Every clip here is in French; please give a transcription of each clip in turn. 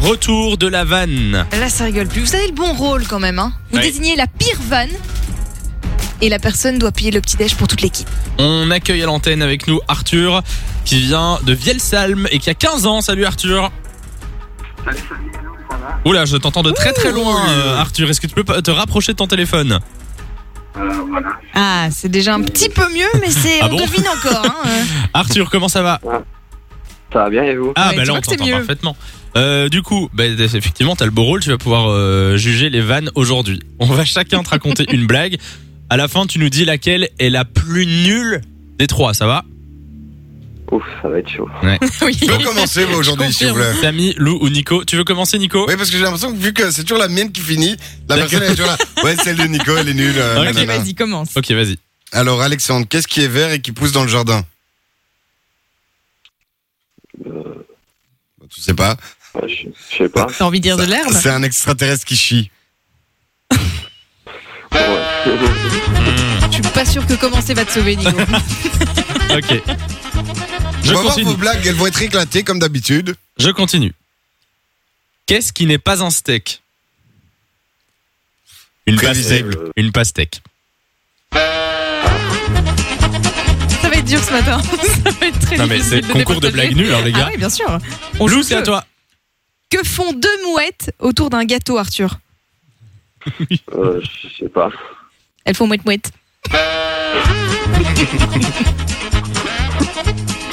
Retour de la vanne. Là, ça rigole plus. Vous avez le bon rôle quand même. Hein Vous Oui. désignez la pire vanne et la personne doit payer le petit déj pour toute l'équipe. On accueille à l'antenne avec nous Arthur qui vient de Vielsalm et qui a 15 ans. Salut Arthur. Oula, je t'entends de très très loin euh, Arthur. Est-ce que tu peux pas te rapprocher de ton téléphone Ah, c'est déjà un petit peu mieux, mais c'est Ah on bon devine encore. hein, euh. Arthur, comment ça va Ça va bien et vous Ah Ouais, bah tu là vois on que c'est t'entend mieux. parfaitement. Euh, du coup, bah, effectivement, t'as le beau rôle, tu vas pouvoir euh, juger les vannes aujourd'hui. On va chacun te raconter une blague. À la fin, tu nous dis laquelle est la plus nulle des trois, ça va Ouf, ça va être chaud. oui. Je peux commencer moi aujourd'hui, s'il vous plaît. Samy, Lou ou Nico. Tu veux commencer, Nico Oui, parce que j'ai l'impression que vu que c'est toujours la mienne qui finit, la D'accord. personne est toujours là. Ouais, celle de Nico, elle est nulle. euh, Ok, Ok, nanana. vas-y, commence. Ok, vas-y. Alors, Alexandre, qu'est-ce qui est vert et qui pousse dans le jardin Euh, Tu sais pas. Ouais, je je sais pas. T'as envie de dire de l'herbe C'est un extraterrestre qui chie. Ouais. Je suis pas sûr que commencer va te sauver, Nico. Ok. Je On va voir continue. vos blagues, elles vont être éclatées comme d'habitude. Je continue. Qu'est-ce qui n'est pas un steak Une pastèque. Prévisible. Une pastèque. ça va être dur ce matin. ça va être très Non mais c'est difficile concours de départager. blagues nulles, hein, les Ah gars. oui, bien sûr. On Lou, joue c'est le à jeu. toi. Que font deux mouettes autour d'un gâteau, Arthur Euh, je sais pas. Elles font mouette mouette.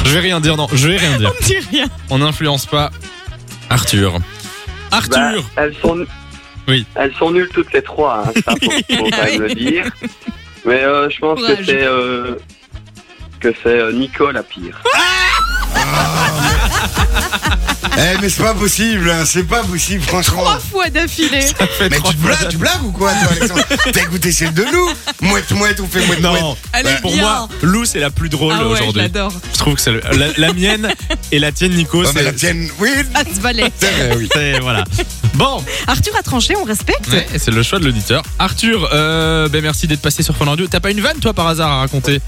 Je vais rien dire, non. Je vais rien dire. On dit rien. On n'influence pas Arthur. Bah, Arthur elles sont. Oui. Elles sont nulles toutes les trois. hein, ça, faut, faut quand même le dire. Mais euh, je pense Courage. que c'est euh, que c'est euh, Nico la pire. Eh, mais c'est pas possible, hein, c'est pas possible, franchement. Trois fois d'affilée. Mais tu te blagues, tu blagues ou quoi, toi, Alexandre T'as écouté celle de Lou Mouette, mouette, on fait mouette, mouette. Non, Elle est pour bien. moi, Lou c'est la plus drôle ah ouais, je aujourd'hui. l'adore. Je trouve que c'est le- la, la mienne et la tienne Nico. Non, mais c'est la tienne, oui, Ah, ce balai. c'est vrai, oui. c'est- voilà. Bon, Arthur a tranché, on respecte. ouais, c'est le choix de l'auditeur. Arthur, euh, ben merci d'être passé sur Fun Radio. T'as pas une vanne toi par hasard à raconter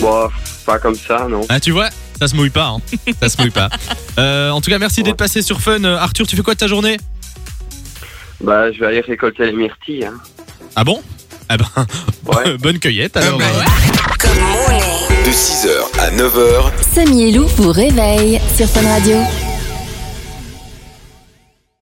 Bon, pas comme ça, non. Ah tu vois, ça se mouille pas. hein. Ça se mouille pas. Euh, en tout cas, merci Ouais. d'être passé sur Fun. Euh, Arthur, tu fais quoi de ta journée Bah, je vais aller récolter les myrtilles. Hein. Ah bon Ah ben, Ouais. bonne cueillette alors. ben, euh. Samy et Lou vous réveille sur Fun Radio.